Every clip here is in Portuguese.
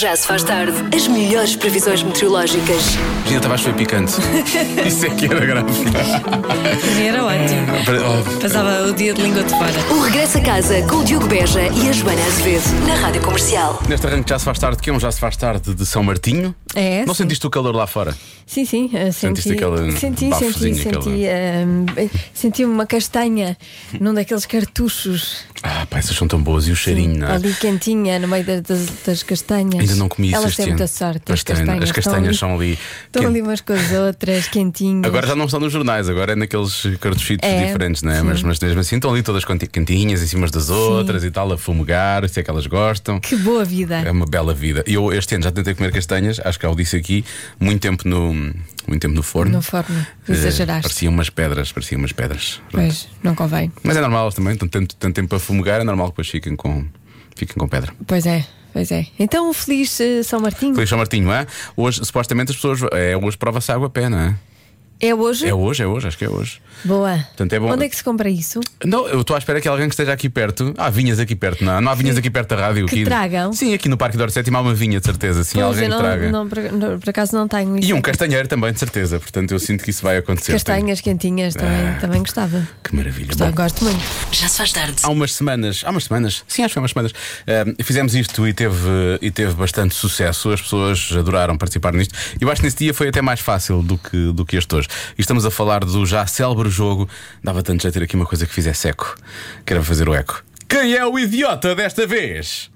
Já se faz tarde. As melhores previsões meteorológicas. Gina Tavares foi picante. Isso é que era grave. Era ótimo. Oh, Passava o dia de língua de fora. O regresso a casa com o Diogo Beja e a Joana Azevedo na Rádio Comercial. Neste arranque já se faz tarde, que é um já se faz tarde de São Martinho. É, Não sim. sentiste o calor lá fora? Sim, sim. eh, Senti, Sentiste aquele senti, bafozinho, senti, senti, aquele- ehm, eh, senti uma castanha num daqueles cartuchos Ah, pá, essas são tão boas. E o cheirinho, não é? ali quentinha no meio das, das, das castanhas. Ainda não comi isso Elas este têm ano. muita sorte. Mas tem, as castanhas estão são ali. Estão quente. ali umas com as outras, quentinhas. Agora já não estão nos jornais, agora é naqueles cartuchitos É, diferentes, não é? Mas, mas mesmo assim estão ali todas quanti- quentinhas, em cima das outras e tal, a fumegar, se é que elas gostam. Que boa vida. É uma bela vida. E Eu este ano já tentei comer castanhas, acho que eu disse aqui, muito tempo no, muito tempo no forno. No forno, Eh, exageraste. Pareciam umas pedras, pareciam umas pedras. Pois, não convém. Mas é normal elas também, tanto, tanto, tanto tempo a fumegar, é normal que depois fiquem com, fiquem com pedra. Pois é, pois é. Então, feliz eh, São Martinho. Feliz São Martinho, é? Hoje, supostamente, as pessoas. É hoje prova-se água a pé, não é? É hoje? É hoje, é hoje, acho que é hoje. Boa. Portanto, é bom- Onde é que se compra isso? Não, eu estou à espera que alguém que esteja aqui perto. Há vinhas aqui perto, não? há? Não há vinhas aqui perto da rádio. Que aqui. tragam? Sim, aqui no Parque da Sétima há uma vinha, de certeza. Sim, Pois, alguém eu que não, traga. não, por, não, por acaso não tenho isso. E um castanheiro também, de certeza. Portanto, eu sinto que isso vai acontecer. Castanhas quentinhas também, Ah. também gostava. Que maravilha. Gostava, Bom, gosto muito. Já se faz tarde. Há umas semanas, há umas semanas, sim, acho que foi umas semanas, ahm, fizemos isto e teve, e teve bastante sucesso. As pessoas adoraram participar nisto. Eu acho que nesse dia foi até mais fácil do que, do que este hoje. E estamos a falar do já célebre jogo. Dava tanto já ter aqui uma coisa que fizesse eco, que era fazer o eco. Quem é o idiota desta vez?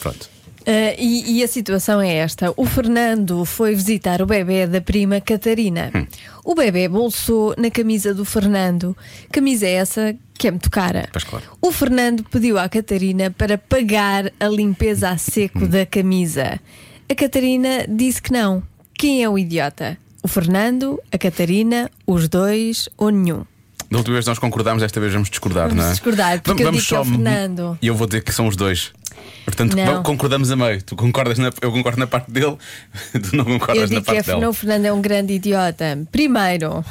Pronto. Ah, e, e a situação é esta: o Fernando foi visitar o bebê da prima Catarina. Hum. O bebê bolsou na camisa do Fernando, camisa essa que é muito cara. Pois claro. O Fernando pediu à Catarina para pagar a limpeza a Hum. seco da camisa. A Catarina disse que não. Quem é o idiota? O Fernando, a Catarina, os dois ou nenhum? Da última vez nós concordámos, desta vez vamos discordar, Vamos não é? discordar, porque eu digo que é o Fernando. E eu vou dizer que são os dois. Portanto, Não. não concordamos a meio. Tu concordas na, eu concordo na parte dele, tu não Eu concordas na digo que parte é, dela. não, o Fernando é um grande idiota. Primeiro,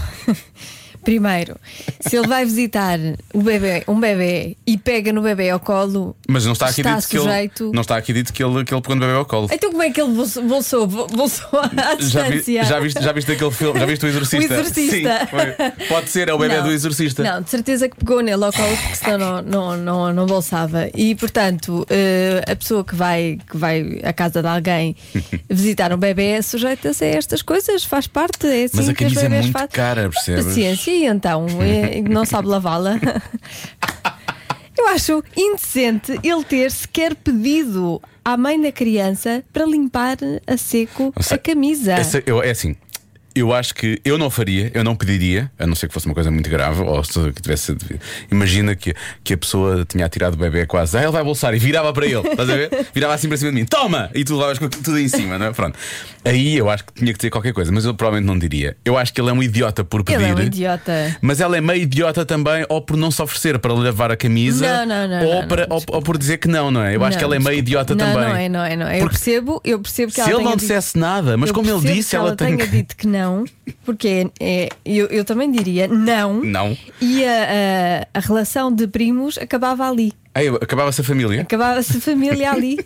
primeiro, se ele vai visitar o bebê, um bebê e pega no bebê ao colo, Mas não está aqui está dito que sujeito. ele não está aqui dito que ele que ele pegou no bebê ao colo. Então como é que ele bolsou, bolsou, bolsou à Já, vi- distância? já viste já viste aquele filme? Já viste o Exorcista? O Exorcista. Sim, foi. pode ser é o bebê Não. do Exorcista. Não, de certeza que pegou nele ao colo, porque senão não, não, não, não bolsava. E, portanto, eh, a pessoa que vai, que vai à casa de alguém visitar um bebê sujeita-se a estas coisas, faz parte. É assim Mas a que os camisa é bebés muito fazem. cara, percebes? Paciência, e então? Eh, não sabe lavá-la? Eu acho indecente ele ter sequer pedido à mãe da criança para limpar a seco Não sei. a camisa. Essa- eu- é assim. Eu acho que eu não faria, eu não pediria, a não ser que fosse uma coisa muito grave, ou se que tivesse. Imagina que, que a pessoa tinha atirado o bebê quase, ah, ele vai bolsar, e virava para ele, estás a ver? Virava assim para cima de mim, toma! E tu levavas com aquilo tudo em cima, não é? Pronto. Aí eu acho que tinha que dizer qualquer coisa, mas eu provavelmente não diria. Eu acho que ele é um idiota por pedir. Ele é um idiota. Mas ela é meio idiota também, ou por não se oferecer para lavar a camisa, Não, não, não, ou, não, para- não, ou- ou por dizer que não, não é? Eu acho Não, que ela é meio desculpa. idiota não, também. Não, é, não é, não é. Eu Porque percebo, eu percebo que ela se ele tenha não dito- dissesse nada, mas Eu como ele percebo disse, que ela, tem tenha que. dito que não, porque é, é- eu, eu também diria não. Não. E a, a- a relação de primos acabava ali. Ei, acabava-se a família Acabava-se a família ali.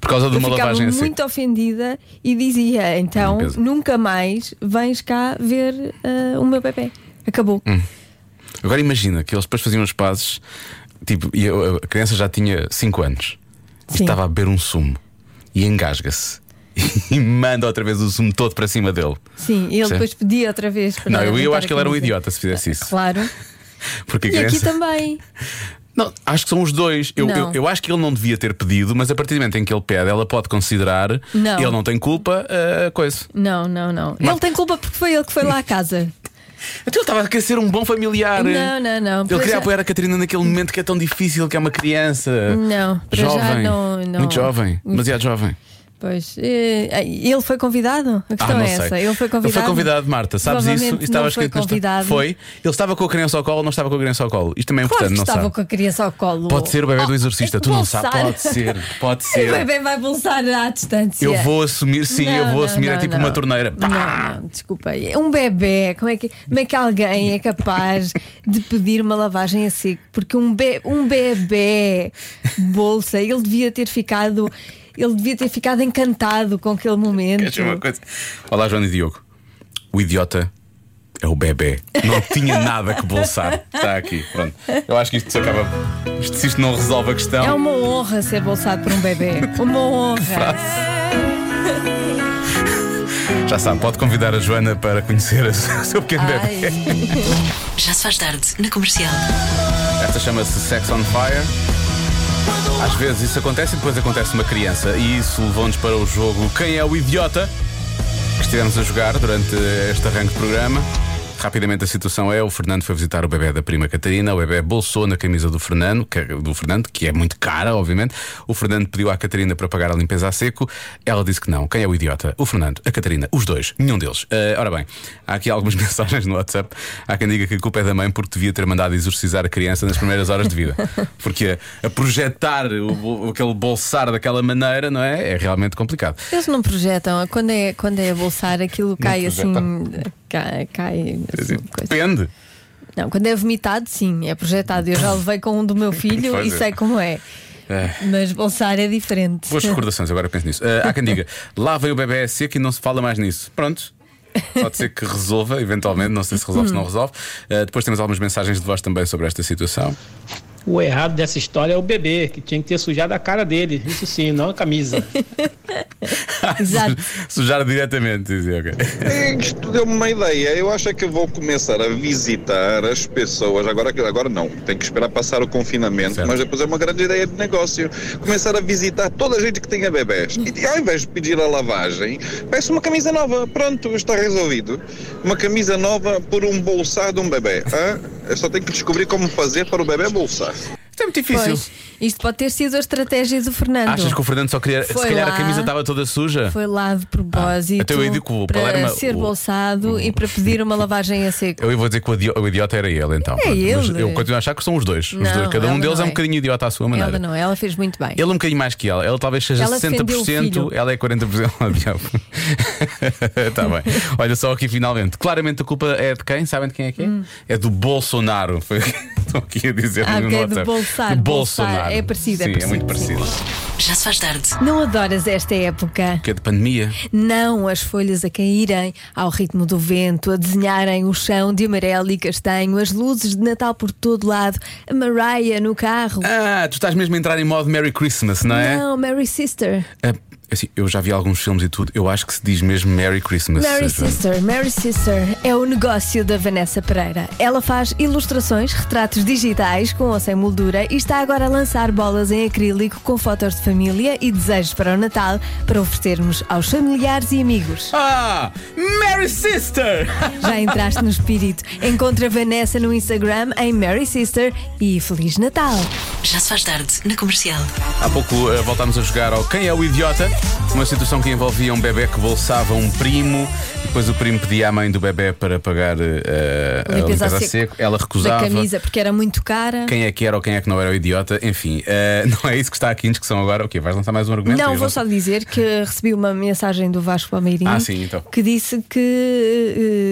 por causa de eu uma ficava lavagem assim. muito ofendida e dizia: então Limpeza. nunca mais vais cá ver ah, o meu bebê. Acabou. Hum. Agora imagina que eles depois faziam as pazes, tipo, e eu- a criança já tinha 5 anos, Sim. estava a beber um sumo e engasga-se e manda outra vez o sumo todo para cima dele. Sim, e ele Sim. depois pedia outra vez para Não, eu- eu limpar acho a que ele era um camisa. idiota se fizesse isso. Claro. Porque a é E aqui criança. também. Não, acho que são os dois. Eu, Não. eu, eu acho que ele não devia ter pedido, mas a partir do momento em que ele pede, ela pode considerar Não. ele não tem culpa a coisa. Não, não, não. Ele tem culpa porque foi ele que foi lá à casa. Então ele estava a querer ser um bom familiar. Não, não, não. Ele Para queria já- apoiar a Catarina naquele momento que é tão difícil, que é uma criança. Não, Hum, para já jovem. não- não. Muito jovem, demasiado jovem. Pois. eh, Ele foi convidado? A questão Ah, não é sei. essa. Ele foi convidado. Ele foi convidado, Marta, sabes isso? Provavelmente não foi na esta- convidado. Foi. Ele estava com a criança ao colo ou não estava com a criança ao colo? Isto também é Claro importante, que não estava sabe? com a criança ao colo. Pode ser o bebê do exorcista, é tu não sabes. bolsar. Pode ser, pode O ser. É bebê vai bolsar à distância. Eu vou assumir, sim, Não, eu vou não, assumir, é não, tipo não. uma torneira. Pá! Não, não, desculpa. É Um bebê, como é, que, como é que alguém é capaz de pedir uma lavagem a seco? Porque um, be, um bebê bolsa, ele devia ter ficado Ele devia ter ficado encantado com aquele momento. Queres ver uma coisa? Olá, Joana e Diogo. O idiota é o bebê. Não tinha nada que bolsar. Está aqui, pronto. Eu acho que isto se acaba. Isto, se isto não resolve a questão. É uma honra ser bolsado por um bebê. Uma honra. Já sabe, pode convidar a Joana para conhecer a- o seu pequeno bebê. Ai. Já se faz tarde na comercial. Esta chama-se Sex on Fire. Às vezes isso acontece e depois acontece uma criança. E isso levou-nos para o jogo Quem é o Idiota? Que estivemos a jogar durante este arranque de programa. Rapidamente a situação é: o Fernando foi visitar o bebê da prima Catarina, o bebê bolsou na camisa do Fernando, que, do Fernando, que é muito cara, obviamente. O Fernando pediu à Catarina para pagar a limpeza a seco, ela disse que não. Quem é o idiota? O Fernando, a Catarina, os dois, nenhum deles. Eh, ora bem, há aqui algumas mensagens no WhatsApp. Há quem diga que a culpa é da mãe porque devia ter mandado exorcizar a criança nas primeiras horas de vida. Porque a, a projetar o bol- aquele bolsar daquela maneira, não é? É realmente complicado. Eles não projetam. Quando é, quando é a bolsar, aquilo cai assim. Cai. cai assim, coisa. Depende. Não, quando é vomitado, sim, é projetado. Eu já levei com um do meu filho e Pois é. sei como é. É. Mas bolsar é diferente. Boas recordações, agora penso nisso. Ah, há quem diga, lá veio o bebê a seco e não se fala mais nisso. Pronto. Pode ser que resolva, eventualmente, não sei se resolve, se Hum. não resolve. Ah, depois temos algumas mensagens de voz também sobre esta situação. O errado dessa história é o bebê, que tinha que ter sujado a cara dele. Isso sim, não a camisa. Exato. Sujar diretamente, dizia, ok. É, Isto deu-me uma ideia. Eu acho é que eu vou começar a visitar as pessoas. Agora, agora não, tenho que esperar passar o confinamento, Certo. mas depois é uma grande ideia de negócio. Começar a visitar toda a gente que tenha bebés. E ao invés de pedir a lavagem, peço uma camisa nova. Pronto, está resolvido. Uma camisa nova por um bolsar de um bebê. hã? Eu só tenho que descobrir como fazer para o bebê bolsar. Isto é muito difícil. Pois, isto pode ter sido a estratégia do Fernando. Achas que o Fernando só queria. se Foi calhar lá. a camisa estava toda suja? Foi lá de propósito Ah, então eu digo que o para Palermo- ser o- É bolsado e para pedir uma lavagem a seco. Eu vou dizer que o idi- o idiota era ele, então. Pronto. Mas É ele. eu continuo a achar que são os dois. os Não, dois. Cada um ela deles é não um é. bocadinho idiota à sua maneira. Ela não, ela fez muito bem. Ele um bocadinho mais que ela. Ela talvez seja Ela defendeu o 60%, filho. ela é 40%. Ah, diabo. Está Tá bem. Olha só aqui finalmente. Claramente a culpa é de quem? Sabem de quem é que é? É do Bolsonaro. Foi o que Estou aqui a dizer Hum. Ah, no ok, do WhatsApp. Bolsar, Do Bolsar. Bolsonaro. É parecido, é Sim, parecido, muito parecido. Já se faz tarde. Não adoras esta época? Que é de pandemia. Não as folhas a caírem ao ritmo do vento, a desenharem o chão de amarelo e castanho, as luzes de Natal por todo lado, a Mariah no carro. Ah, tu estás mesmo a entrar em modo Merry Christmas, não é? Não, Mary Sister. Ah, assim, eu já vi alguns filmes e tudo. Eu acho que se diz mesmo Merry Christmas. Mary Joana. Sister, Mary Sister é o negócio da Vanessa Pereira. Ela faz ilustrações, retratos digitais com ou sem moldura e está agora a lançar bolas em acrílico com fotos de família e desejos para o Natal para oferecermos aos familiares e amigos. Ah, Merry Sister! Já entraste no espírito. Encontra a Vanessa no Instagram em Mary Sister e Feliz Natal. Já se faz tarde na comercial. Há pouco eh, voltámos a jogar ao Quem é o Idiota? Uma situação que envolvia um bebê que bolsava um primo, depois o primo pedia à mãe do bebê para pagar eh, a limpeza a seco, ela recusava. Da camisa, porque era muito cara. Quem é que era ou quem é que não era o idiota, enfim, eh, não é isso que está aqui em discussão agora. O quê? Vais lançar mais um argumento? Não, Vais vou lançar- só dizer que recebi uma mensagem do Vasco Palmeirinho Ah, sim, então. que disse que,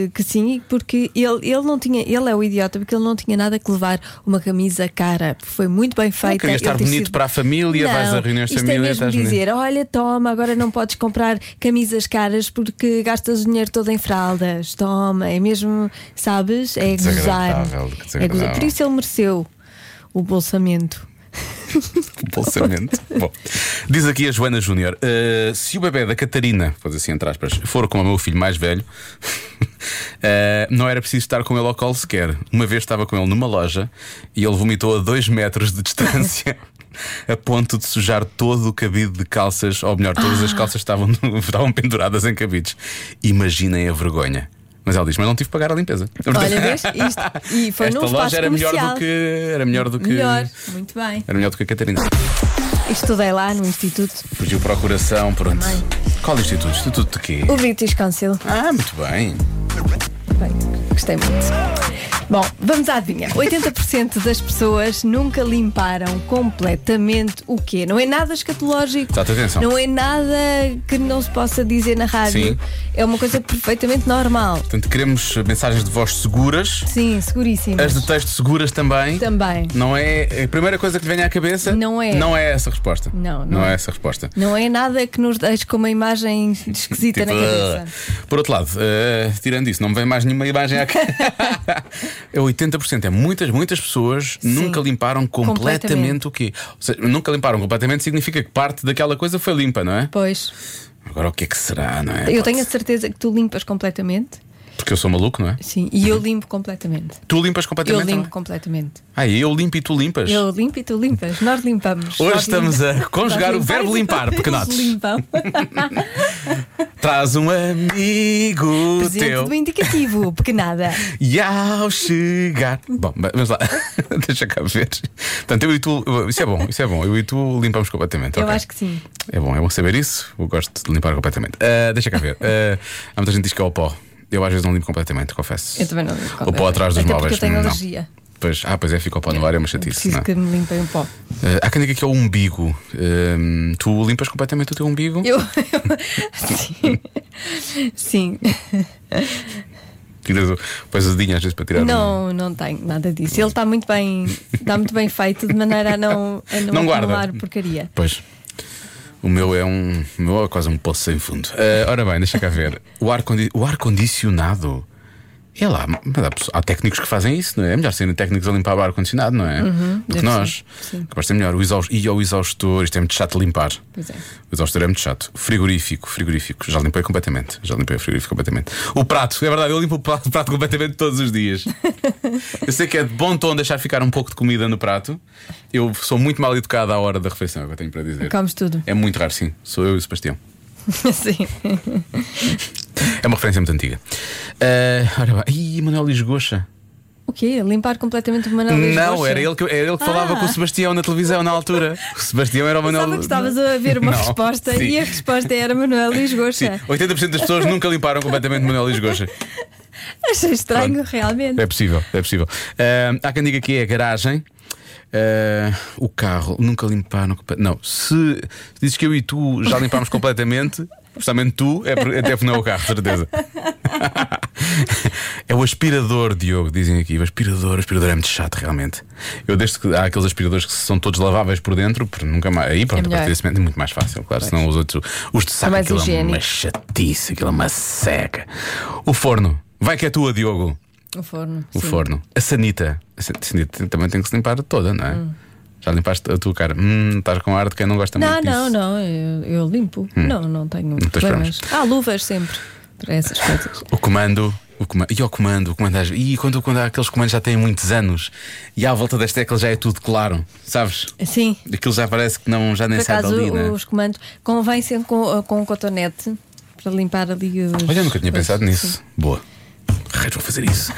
eh, que sim, porque ele, ele não tinha, ele é o idiota, porque ele não tinha nada que levar uma camisa cara, foi muito bem feita. querias ele estar ter bonito para a família, não, vais a reuniões de isto família, É mesmo estás bonito. dizer, olha, toma, agora não podes comprar camisas caras porque gastas o dinheiro todo em fraldas, toma, é mesmo, sabes? É gozar. desagradável, que É gozar. desagradável. Por isso ele mereceu o bolsamento. Bolsamento. Bom, diz aqui a Joana Júnior: eh, se o bebê da Catarina, vou dizer assim entre aspas, for com o meu filho mais velho, eh, não era preciso estar com ele ao colo sequer. Uma vez estava com ele numa loja e ele vomitou a dois metros de distância. A ponto de sujar todo o cabide de calças, ou melhor, todas Ah. as calças estavam, no- estavam penduradas em cabides. Imaginem a vergonha. Mas ela diz: Mas não tive que pagar a limpeza. Olha, vês? Isto, e foi Esta num espaço loja era melhor, comercial. do que, era melhor do que. Melhor, muito bem. Era melhor do que a Catarina. Estudei lá no Instituto, Fugiu procuração, pronto. Qual é instituto? Instituto de quê? o British Council. Ah, muito bem. Bem, gostei muito. Bom, vamos à adivinha. 80% das pessoas nunca limparam completamente o quê? Não é nada escatológico. Exato, atenção. Não é nada que não se possa dizer na rádio. Sim. É uma coisa perfeitamente normal. Portanto, queremos eh, mensagens de voz seguras, Sim, seguríssimo. as de texto seguras também. Também. Não é a primeira coisa que lhe vem à cabeça? Não é. Não é essa a resposta. Não, não é. é. essa a resposta. Não é nada que nos deixe com uma imagem esquisita na cabeça. "Ah". Por outro lado, ah, tirando isso, não me vem mais nenhuma imagem à cabeça. é 80%. É muitas, muitas pessoas nunca limparam completamente, Completamente. o quê? Ou seja, nunca limparam completamente significa que parte daquela coisa foi limpa, não é? Pois. Agora o que é que será, não é? Eu Pode tenho a ser- certeza que tu limpas completamente. Porque eu sou maluco, não é? Sim, e eu limpo completamente. Tu limpas Eu completamente. limpo também? completamente. Ah, eu limpo e tu limpas. Eu limpo e tu limpas. Nós limpamos. Hoje Nós estamos limpamos. a conjugar Nós o verbo limpamos e limpar, vocês pequenotes. limpam. Traz um amigo Presente teu. do indicativo, pequenada. E ao chegar. Bom, ba- vamos lá. Deixa cá ver. Portanto, eu e tu. Isso é bom, isso é bom. Eu e tu limpamos completamente. Eu ok. acho que sim. É bom, é bom saber isso. Eu gosto de limpar completamente. Ah, deixa cá ver. Ah, há muita gente que diz que é o pó. Eu às vezes não limpo completamente, confesso. Eu também não limpo O pó completamente. atrás dos Até móveis. porque eu tenho não. alergia. Pois, ah, pois é, fica o pó no ar, é uma chatice. Preciso não é? que me limpem o pó. Ah, há quem diga que é o umbigo. Ahm, tu limpas completamente o teu umbigo? Eu. sim. sim. Tiras o, pões o dedinho às vezes para tirar. um- o- Não, não tenho nada disso. Ele está muito bem, está muito bem feito de maneira a não, a não, Não guarda. acumular porcaria. Pois. O meu é um. O meu é quase um poço sem fundo. Ah, ora bem, deixa cá ver. O ar-condi- o ar-condicionado. é lá, mas há, pessoas- há técnicos que fazem isso, não é? É melhor serem técnicos a limpar o ar-condicionado, não é? Do que Uhum, deve nós. ser, sim. Que basta melhor. O exaus- e ao exaustor, isto é muito chato de limpar. Pois é. O exaustor é muito chato. Frigorífico, frigorífico. Já limpei completamente. Já limpei o frigorífico completamente. O prato, é verdade, eu limpo o prato, o prato completamente todos os dias. eu sei que é de bom tom deixar ficar um pouco de comida no prato. Eu sou muito mal educado à hora da refeição, é o que eu tenho para dizer. Comes tudo. É muito raro, sim. Sou eu e o Sebastião. Sim. É uma referência muito antiga. Ah, ora bem. Ih, Manuel Lisgocha. O quê? Limpar completamente o Manuel Luís Não, Rocha? era ele que, era ele que Ah. falava com o Sebastião na televisão na altura. O Sebastião era o Manuel. Pensava que estavas a ver uma Não, resposta sim. e a resposta era Manuel Luís Sim, Gosta. 80% das pessoas nunca limparam completamente Manuel Lisgocha. Achei estranho, Pronto. realmente. É possível, é possível. Ah, há quem diga que é a garagem. Ah, o carro, nunca limparam. compa- Não, se dizes que eu e tu já limpámos completamente, justamente tu, é por- até porque não é o carro, de certeza. é o aspirador, Diogo, dizem aqui. O aspirador, o aspirador é muito chato, realmente. Eu desde que há aqueles aspiradores que são todos laváveis por dentro, porque nunca mais. Aí pronto, a melhor. partir desse momento é muito mais fácil, claro. Senão os outros, os de saco, mais aquilo é uma higiênico. chatice, aquilo é uma seca. O forno, vai que é tua, Diogo. O forno. O sim. Um forno. A sanita. A san- sanita também tem que se limpar toda, não é? Já limpaste a tua cara. Hum, estás com ar de quem não gosta Hum. Não, muito disso. não, não, eu, eu limpo. Hum. Não, não tenho tens problemas. Há luvas sempre para essas coisas. O comando. O comando, e ao comando, o comando às- e quando, quando há aqueles comandos já têm muitos anos e à volta das teclas já é tudo claro, sabes? Sim. Aquilo já parece que não, já nem Por sai acaso, dali, né? os comandos convém sempre com, com um cotonete para limpar ali os. Olha, eu nunca tinha coisas. pensado nisso. Boa. Reis, vou fazer isso.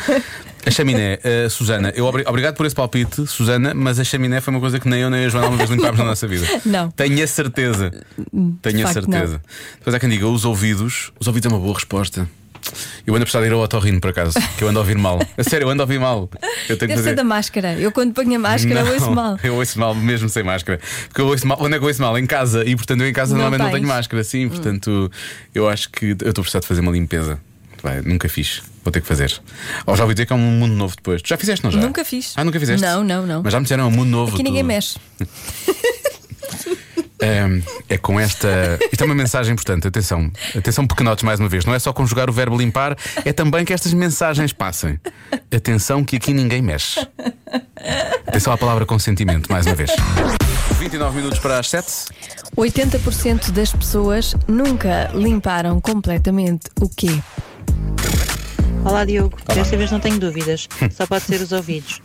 A chaminé, eh, Susana, eu obri- obrigado por esse palpite, Susana, mas a chaminé foi uma coisa que nem eu nem a Joana uma vez limpámos na nossa vida. Não. Tenho a certeza. Tenho a facto, certeza. Depois há quem diga os ouvidos. Os ouvidos é uma boa resposta. Eu ando a precisar de ir ao otorrino, por acaso, que eu ando a ouvir mal. A sério, eu ando a ouvir mal. Eu tenho que Deve fazer. ser da máscara. Eu quando ponho a máscara Não, ouço mal. Eu ouço mal mesmo sem máscara. Porque eu ouço mal. Onde é que eu ouço mal? Em casa. E portanto eu em casa Não normalmente não tens. Hum. tenho máscara. Sim, portanto eu acho que eu estou precisado de fazer uma limpeza. Vai, nunca fiz. Vou ter que fazer. Ou já ouvi dizer que é um mundo novo depois. Tu já fizeste, não já? Nunca fiz. Ah, nunca fizeste? Não, não, não. Mas já me disseram é um mundo novo. Aqui ninguém tu- mexe. Ahm, É, com esta. Isto é uma mensagem importante. Atenção, atenção, pequenotes, mais uma vez. Não é só conjugar o verbo limpar, é também que estas mensagens passem. Atenção, que aqui ninguém mexe. Atenção à palavra consentimento, mais uma vez. 29 minutos para as 7. 80% das pessoas nunca limparam completamente o quê? Olá Hum. Diogo, desta vez não tenho dúvidas, só pode ser os ouvidos.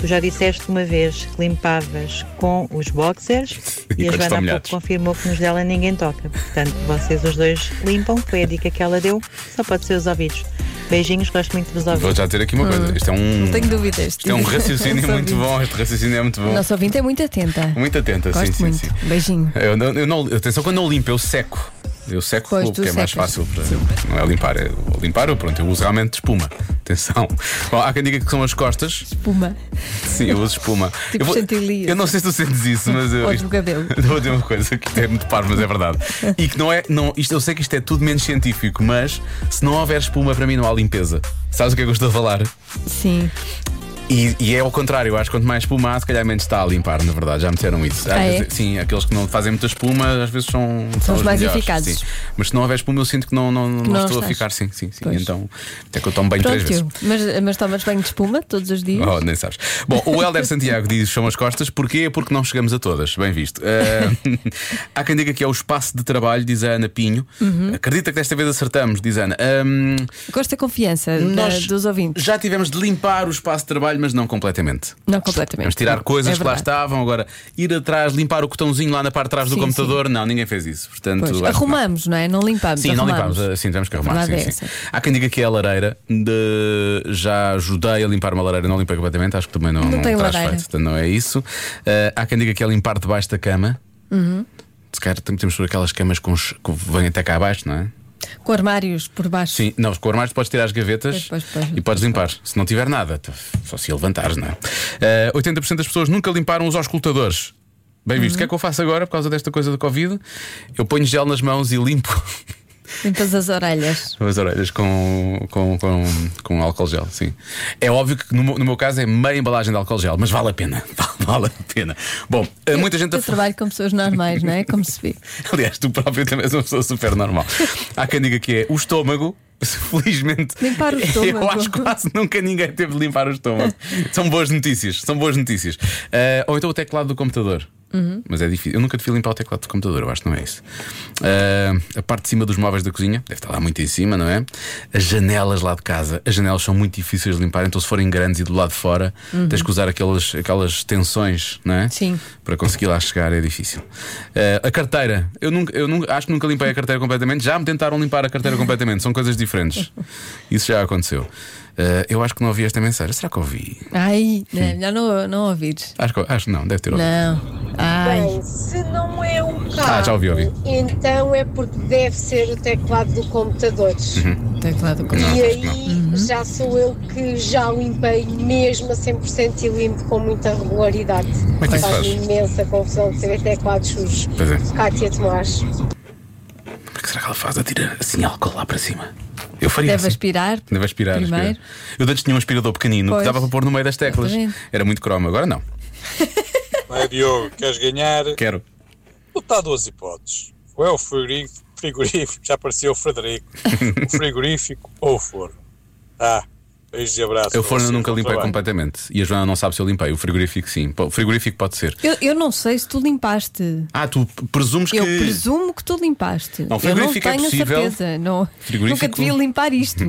Tu já disseste uma vez que limpavas com os boxers E e, a quando estão Joana há molhados. pouco confirmou que nos dela ninguém toca. Portanto, vocês os dois limpam, foi a dica que ela deu, só pode ser os ouvidos. Beijinhos, gosto muito de vos ouvir. Vou já dizer aqui uma coisa. Isto é um. Hum. Não tenho dúvidas. Isto é um raciocínio muito bom. Este raciocínio é muito bom. Nosso ouvinte é muito atenta. Muito atenta, sim, Gosto sim, muito. sim. Beijinho. Eu não, eu não- atenção, quando eu limpo, eu seco. Eu seco Pois, tu porque é mais secas. fácil. Para, não é limpar, é limpar, eu, pronto, eu uso realmente espuma. Atenção. Bom, há quem diga que são as costas. Espuma. Sim, eu uso espuma. Tipo eu, chantilly, eu não sei se tu sentes isso, mas eu. Ou isto- do cabelo. eu Vou dizer uma coisa que é muito parvo, mas é verdade. E que não é. Não, isto, eu sei que isto é tudo menos científico, mas se não houver espuma, para mim não há limpeza. Sabes o que é que eu estou a falar? Sim. E, e é ao contrário, eu acho que quanto mais espuma há, se calhar menos está a limpar, na verdade. Já me disseram isso. Às Ah, é? vezes- sim, aqueles que não fazem muita espuma, às vezes são. São, os mais melhores, eficazes. sim. Mas se não houver espuma, eu sinto que não, não, não não estou a estás. ficar. Sim, sim, sim. Pois. Então, até que eu tomo bem três Pronto, vezes. Diogo. mas, mas tomas banho de espuma todos os dias? Oh, nem sabes. Bom, o Helder Santiago diz são as costas, porquê? Porque não chegamos a todas, bem visto. Ah, há quem diga que é o espaço de trabalho, diz a Ana Pinho. Uhum. Acredita que desta vez acertamos, diz a Ana. Ahm, Gosto da confiança da- nós dos ouvintes. já tivemos de limpar o espaço de trabalho, mas não completamente. Não completamente. Vamos tirar coisas É que lá verdade. estavam, agora ir atrás, limpar o cotãozinho lá na parte de trás do Sim, computador. Não, ninguém fez isso. Portanto, Pois, acho que não. Arrumamos, não é? Não limpamos. Sim, não arrumamos. limpámos, eh, sim, tivemos que arrumar. Verdade Sim, é sim. essa. Há quem diga que é a lareira, de- já ajudei a limpar uma lareira, não limpei completamente, acho que também não, Não tem traz lareira. feito, portanto não é isso. Ah, há quem diga que é limpar debaixo da cama. Uhum. Se calhar tem- temos por aquelas camas com, os- que vêm até cá abaixo, não é? Com armários por baixo. Sim, não, com o armário podes tirar as gavetas Pois, pois, pois. e podes limpar. Se não tiver nada, t- só se levantares, não é? Eh, 80% das pessoas nunca limparam os auscultadores. Bem visto, o que é que eu faço agora por causa desta coisa do Covid? Eu ponho gel nas mãos e limpo Limpas as orelhas. as orelhas com, com, com, com álcool gel, sim. É óbvio que no, meu- no meu caso é meia embalagem de álcool gel, mas vale a pena. Vale a pena. Bom, eh, muita gente a Eu trabalho com pessoas normais, não é? Como se vê. Aliás, tu próprio também és uma pessoa super normal. Há quem diga que é o estômago. Felizmente, Limpar o eu estômago. acho que quase nunca ninguém teve de limpar o estômago. são boas notícias, são boas notícias. Ah, ou então o teclado do computador. Uhum. Mas é difícil. Eu nunca te vi limpar o teclado do computador, eu acho que não é isso. Ah, a parte de cima dos móveis da cozinha, deve estar lá muito em cima, não é? As janelas lá de casa, as janelas são muito difíceis de limpar, então se forem grandes e do lado de fora, tens que usar aquelas, aquelas tensões, não é? Uhum. Sim. Para conseguir lá chegar é difícil. Eh, a carteira, eu, nunca, eu nunca, acho que nunca limpei a carteira completamente. Já me tentaram limpar a carteira completamente, são coisas diferentes. Isso já aconteceu. Eh, eu acho que não ouvi esta mensagem. Será que ouvi? Ai, não, melhor não, não ouvires. Acho que acho que não, deve ter ouvido. Não. Ai. Bem, Então, se não é o carro, Ah, já ouvi, ouvi. então é porque deve ser o teclado do computador. Uhum. Teclado com. E acho que aí já sou eu que já limpei mesmo a 100% e limpo com muita regularidade. é que isso faz? Faz-me imensa confusão ter teclados sujos. Pois é. Cátia Tomás. O que será que ela faz? Atira assim álcool lá para cima. Eu faria Deve assim. aspirar. Deve aspirar, Primeiro. aspirar. Eu antes tinha um aspirador pequenino Pois. que dava para pôr no meio das teclas. Exatamente. Era muito cromo, agora não. Vai, é, Diogo, queres ganhar? Quero. Ou está a duas hipóteses. Ou é o frigorífico, frigorífico já apareceu o Frederico. o frigorífico ou o forno. Ah, beijos e abraços. Eu para forno vocês, nunca bom limpei trabalho. completamente. E a Joana não sabe se eu limpei. O frigorífico sim. O frigorífico pode ser. Eu, eu não sei se tu limpaste. Ah, tu presumes Eu que. presumo que tu Não, limpaste. eu não frigorífico é tenho a possível. certeza. Não, nunca Frigorífico. é devia limpar isto.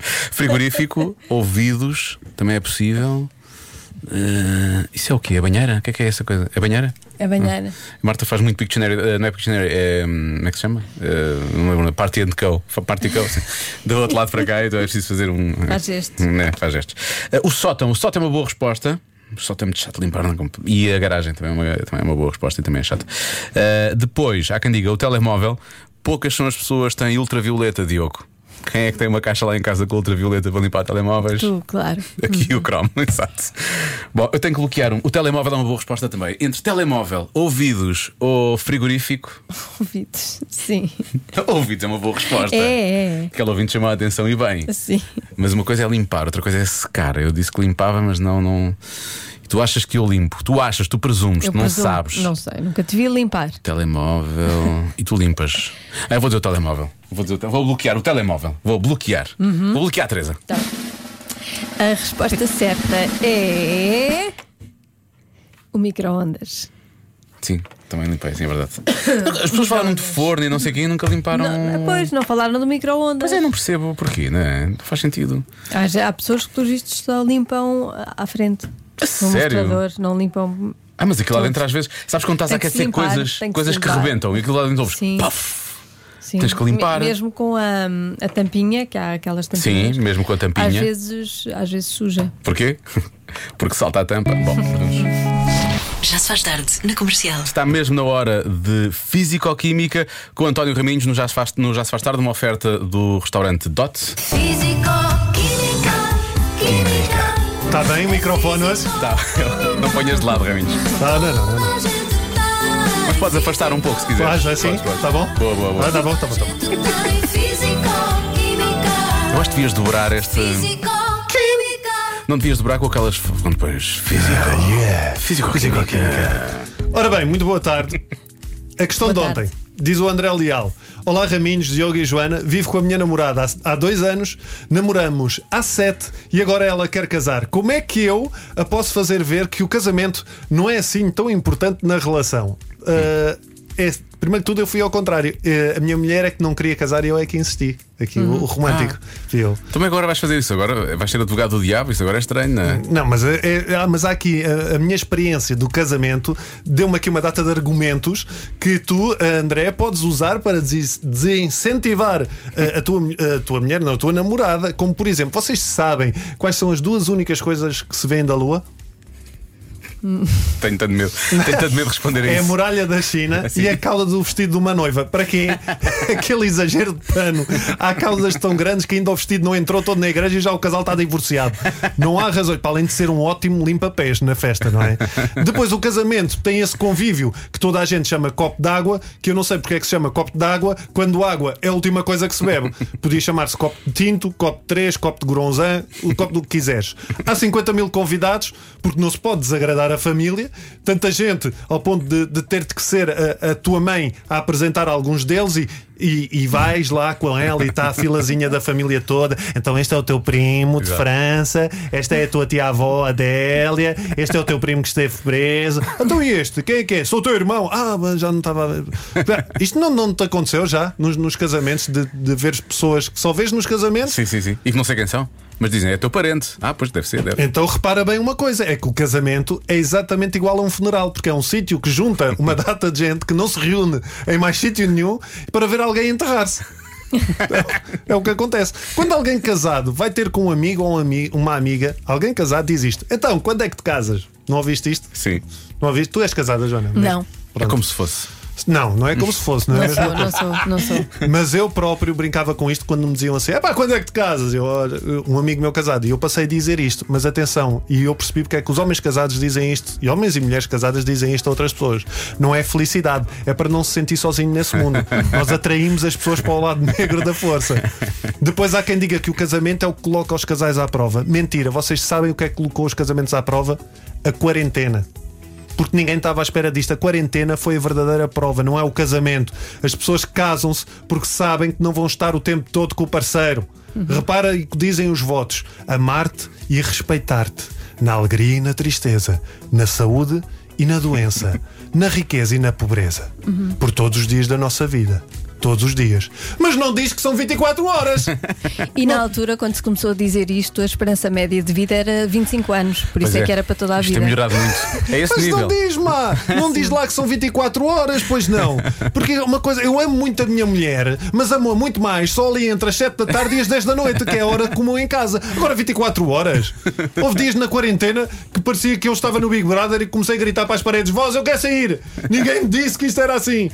Frigorífico, ouvidos, também é possível. Eh, isso é o quê? A banheira? O que é que é essa coisa? É banheira? A banheira. A Marta faz muito Pictionary, eh, não é Pictionary, é. hum, Como é que se chama? Eh, não me lembro, Party and Co. Fa- Party Co. sim. Do outro lado para cá, então é preciso fazer um. Faz gestos. Né, faz gestos. Eh, o sótão, o sótão é uma boa resposta. O sótão é muito chato de limpar. não comp- E a garagem também é, uma, também é uma boa resposta e também é chato. Eh, depois, há quem diga, o telemóvel, poucas são as pessoas que têm ultravioleta, Diogo. Quem é que tem uma caixa lá em casa com ultravioleta para limpar telemóveis? Tu, claro. Aqui o Chrome, exato. Bom, eu tenho que bloquear um. O telemóvel é uma boa resposta também. Entre telemóvel, ouvidos ou frigorífico, Ouvidos. Sim. ouvidos é uma boa resposta. É, é. Aquele ouvinte chamou a atenção e bem. Sim. Mas uma coisa é limpar, outra coisa é secar. Eu disse que limpava, mas não. não... E tu achas que eu limpo? Tu achas, tu presumes, Eu tu não presumo- sabes. Não sei. Nunca devia limpar. Telemóvel. e tu limpas. Ah, eu vou dizer o telemóvel. Vou, dizer o te- vou bloquear o telemóvel. Vou bloquear. Uhum. Vou bloquear, Teresa. A resposta certa é. O micro-ondas. Sim, também limpei, sim, é verdade. As pessoas falaram de forno e não sei quem nunca limparam. Não, é, eh, pois, não falaram do micro-ondas. Mas eu é, não percebo o porquê, não é? Não faz sentido. Há, já- há pessoas que, pelos vistos, só limpam eh, à frente. No sério? mostrador, não limpam. Ah, mas aquilo lá dentro às vezes, sabes quando estás a Tem que se aquecer limpar, coisas, tem que se coisas que limpar. rebentam e aquilo lá dentro ouves. Sim. Paf! Sim. Tens que limpar. Me- Mesmo com a, hum, a tampinha, que há aquelas tampinhas. Sim, mesmo com a tampinha. Às vezes, às vezes suja. Porquê? Porque salta a tampa. Bom, perdemos. Já se faz tarde na comercial. está mesmo na hora de Físico-Química com António Raminhos no Já, se faz, no Já Se Faz Tarde, uma oferta do restaurante Dot. Físico, química. Química. Está bem o microfone hoje? Tá, não ponhas de lado, Raminhos. Ah, não, não, não. não. Mas podes afastar um pouco se quiseres. Faz assim? Podes, podes. Tá bom? Boa, boa, boa. Ah, tá bom, tá bom, tá bom. Eu acho que devias dobrar esta. Não devias dobrar com aquelas. Quando pões físico. Ah, Físico, físico, Ora bem, muito boa tarde. A questão Boa de tarde. ontem, diz o André Leal. Olá, Raminhos, Diogo e Joana. Vivo com a minha namorada há- há dois anos, namoramos há sete e agora ela quer casar. Como é que eu a posso fazer ver que o casamento não é assim tão importante na relação? Ah, é- primeiro de tudo, eu fui ao contrário. Eh, a minha mulher é que não queria casar e eu é que insisti. Aqui, o, o romântico. Fui eu. Também agora vais fazer isso. Agora vais ser advogado do diabo. Isso agora é estranho, não é? Não, mas, é- é- ah, mas há aqui a, a minha experiência do casamento deu-me aqui uma data de argumentos que tu, André, podes usar para des- desincentivar a, a tua, mu- a tua mulher, não, a tua namorada. Como por exemplo, vocês sabem quais são as duas únicas coisas que se vêem da Lua? Tenho tanto medo. Tenho tanto medo de responder a É a isso. muralha da China Sim. e a cauda do vestido de uma noiva. Para quê? Aquele exagero de pano. Há causas tão grandes que ainda o vestido não entrou todo na igreja e já o casal está divorciado. Não há razões, para além de ser um ótimo limpa-pés na festa, não é? Depois o casamento tem esse convívio que toda a gente chama copo d'água, que eu não sei porque é que se chama copo d'água, quando água é a última coisa que se bebe. Podia chamar-se copo de tinto, copo de três, copo de gronzã, o copo do que quiseres. Há 50 mil convidados, porque não se pode desagradar a família. Tanta gente ao ponto de, de ter de que ser a, a tua mãe a apresentar alguns deles e, e, e vais lá com ela e está a filazinha da família toda. Então este é o teu primo de Exato. França, esta é a tua tia-avó Adélia, este é o teu primo que esteve preso. Então e este? Quem é que é? Sou o teu irmão. Ah, mas já não estava. a ver. Espera, Isto não, não te aconteceu já nos, nos casamentos de, de ver pessoas que só vês nos casamentos? Sim, sim, sim. E que não sei quem são. Mas dizem, é teu parente. Ah, pois deve ser, deve. Então repara bem uma coisa: é que o casamento é exatamente igual a um funeral, porque é um sítio que junta uma data de gente que não se reúne em mais sítio nenhum para ver alguém enterrar-se. É o que acontece. Quando alguém casado vai ter com um amigo ou um ami- uma amiga, alguém casado diz isto. Então, quando é que te casas? Não ouviste isto? Sim. Não ouviste? Tu és casada, Joana? Não. É como se fosse. Não, não é como se fosse, não é? a Não mesma sou, não sou, não sou. mas eu próprio brincava com isto quando me diziam assim: pá, quando é que te casas? Eu, "Olha, um amigo meu casado, e eu passei a dizer isto, mas atenção, e eu percebi porque é que os homens casados dizem isto, e homens e mulheres casadas dizem isto a outras pessoas. Não é felicidade, é para não se sentir sozinho nesse mundo. Nós atraímos as pessoas para o lado negro da força. Depois há quem diga que o casamento é o que coloca os casais à prova. Mentira, vocês sabem o que é que colocou os casamentos à prova? A quarentena porque ninguém estava à espera disto. A quarentena foi a verdadeira prova, não é o casamento. As pessoas casam-se porque sabem que não vão estar o tempo todo com o parceiro. Repara e o que dizem os votos: amar-te e respeitar-te, na alegria e na tristeza, na saúde e na doença, na riqueza e na pobreza, por todos os dias da nossa vida. Todos os dias. Mas não diz que são 24 horas. E na altura, quando se começou a dizer isto, a esperança média de vida era 25 anos, por isso Pois é, que era para toda a Isto tem vida. melhorado muito. É esse Mas nível. não diz, má! Não diz lá que são 24 horas, pois não. Porque é uma coisa, eu amo muito a minha mulher, mas amo-a muito mais É só ali entre as 7 da tarde e as 10 da noite, que é a hora comum em casa. Agora 24 horas. Houve dias na quarentena que parecia que eu estava no Big Brother e comecei a gritar para as paredes: Vós, eu quero sair! Ninguém me disse que isto era assim.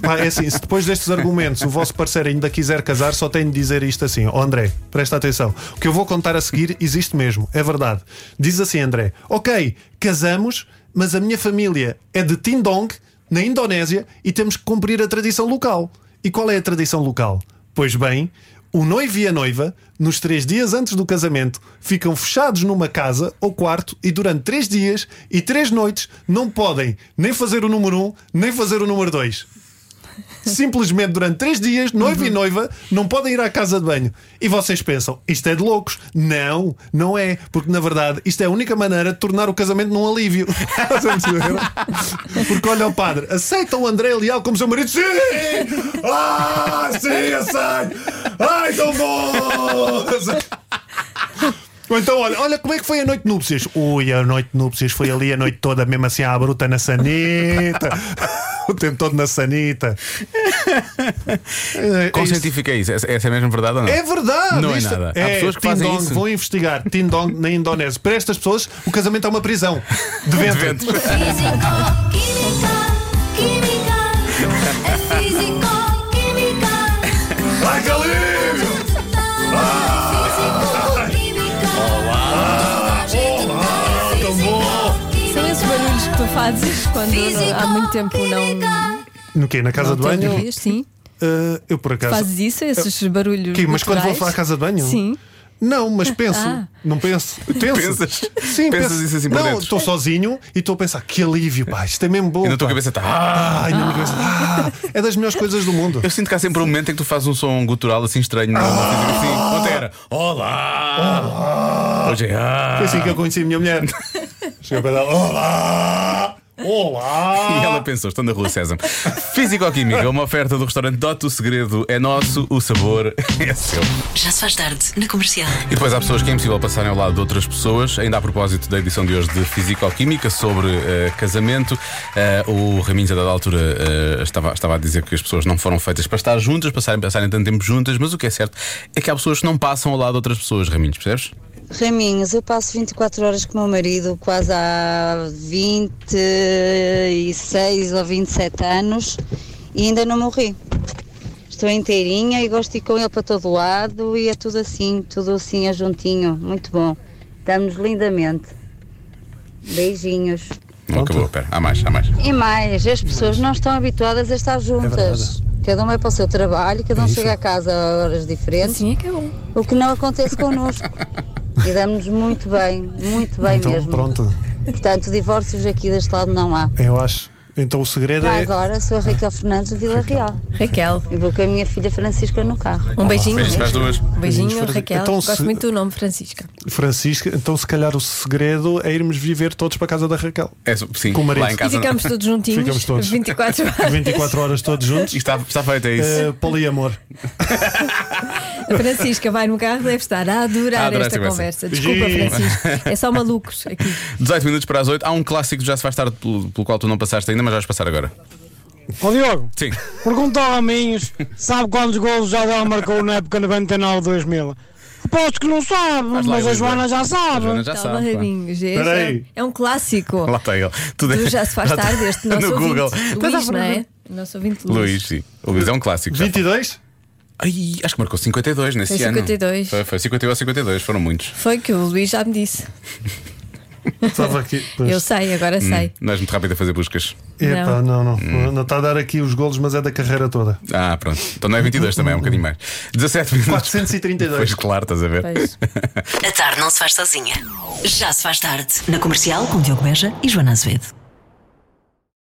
Pá, é assim, se depois destes argumentos o vosso parceiro ainda quiser casar, só tenho de dizer isto assim: Ó André, presta atenção. O que eu vou contar a seguir existe mesmo, é verdade. Diz assim, André: Ok, casamos, mas a minha família é de Tindong, na Indonésia, e temos que cumprir a tradição local. E qual é a tradição local? Pois bem, o noivo e a noiva, nos três dias antes do casamento, ficam fechados numa casa ou quarto e durante três dias e três noites não podem nem fazer o número um, nem fazer o número dois. Simplesmente durante três dias, noivo e noiva não podem ir à casa de banho. E vocês pensam, isto é de loucos? Não, não é. Porque na verdade isto é a única maneira de tornar o casamento num alívio. Estás a perceber? Porque olha o padre, aceita o André Leal como seu marido? Sim! Ah, sim, aceito! Ai, tão bom! Ou então, olha, olha como é que foi a noite de núpcias. Ui, a noite de núpcias foi ali a noite toda, mesmo assim à bruta na sanita. O tempo todo na sanita. É, Qual é isto. científico é isso? Essa essa é mesmo verdade ou não? É verdade! Não é isto- nada. Há É, pessoas que fazem Tindong, isso. Vão investigar Tindong na Indonésia. Para estas pessoas, o casamento é uma prisão. De De ventre. vento. Ai, que alívio! Olá, fazes quando não- há muito tempo não. No quê? Na casa não de banho? tenho- Sim. Ah, eu por acaso. Fazes isso, esses barulhos. Quê? Mas quando vou naturais? à casa de banho? Sim. Não, mas penso, Ah. não penso. Penso. Pensas? Sim, Pensas penso. isso assim por Não, dentro? estou sozinho e estou a pensar, que alívio, pá, isto é mesmo bom. E na tua pá. cabeça está. Ah, e na minha cabeça, ah, é das melhores coisas do mundo. Eu sinto que há sempre um momento em que tu fazes um som gutural assim estranho. Assim, Ah. ontem era. Olá! Hoje é. "Ah". Foi assim que eu conheci a minha mulher. Chegou para ela, olá! Olá! E ela pensou, estou na rua César. Físico-química, uma oferta do restaurante Dot, o segredo é nosso, o sabor é seu. Já se faz tarde na comercial. E depois há pessoas que é impossível passarem ao lado de outras pessoas. Ainda a propósito da edição de hoje de Físico-Química sobre eh, casamento, eh, o Raminhos, a dada altura, eh, estava, estava a dizer que as pessoas não foram feitas para estar juntas, passarem, passarem tanto tempo juntas, mas o que é certo é que há pessoas que não passam ao lado de outras pessoas, Raminhos, percebes? Raminhos, eu passo 24 horas com o meu marido, quase há 26 ou 27 anos, e ainda não morri. Estou inteirinha e gosto de ir com ele para todo lado e é tudo assim, tudo assim, é juntinho. Muito bom. Estamos lindamente. Beijinhos. Não acabou, pera, há mais, há mais. E mais, as pessoas não estão habituadas a estar É juntas. cada um vai para o seu trabalho, cada um chega a casa a horas diferentes. Assim é que é bom. O que não acontece connosco. E damos muito bem, muito bem Então, mesmo. pronto, Portanto, divórcios aqui deste lado não há. eu acho. Então o segredo Já é. agora sou a Raquel Fernandes do Vila Real Raquel. e vou com a minha filha Francisca no carro. Um beijinho. Beijos para as duas. Um beijinho, Beijinhos para- Raquel. Então, Gosto se- muito do nome, Francisca. Francisca, então se calhar o segredo é irmos viver todos para a casa da Raquel. É, sim, Com o marido. lá em E casa. não- ficamos todos juntinhos. Ficamos todos. 24 horas. 24 horas todos juntos. Isto está, está feito, é isso. Eh, poliamor. A Francisca vai no carro, deve estar a adorar, A adorar esta esta conversa. conversa. Desculpa, Beijinho. Francisca. É só malucos aqui. 18 minutos para as 8. Há um clássico que já se faz tarde pelo, pelo qual tu não passaste ainda, mas vais passar agora. Ó Diogo, Sim. pergunta ao Raminhos, sabe quantos golos já Adel marcou na época 99-2000? Aposto que não sabe, Faz lá, mas a Elisa. Joana já A sabe. Joana já Tá, sabe. claro. Barrinhos, esse Espera é, aí. tá é um clássico. Lá está ele. Tudo Tu já se faz tarde, este nosso No ouvinte. Google. Então Estás à Luís, não é? Nosso ouvinte Luís. Luís, sim. O Luís é um clássico. já 22? Ai, acho que marcou 52 nesse Foi ano. 52. Foi, foi 51 ou 52, foram muitos. Foi que o Luís já me disse. Estava aqui. Pois. Eu sei, agora Hum. sei. Não és muito rápido a fazer buscas. Epá, não, não. Não está a dar aqui os golos, mas é da carreira toda. Ah, pronto. Então não é 22 também, é um bocadinho mais. 17 minutos. 432. Pois claro, estás a ver. Pois. A tarde não se faz sozinha. Já se faz tarde na comercial com Diogo Beja e Joana Azevedo.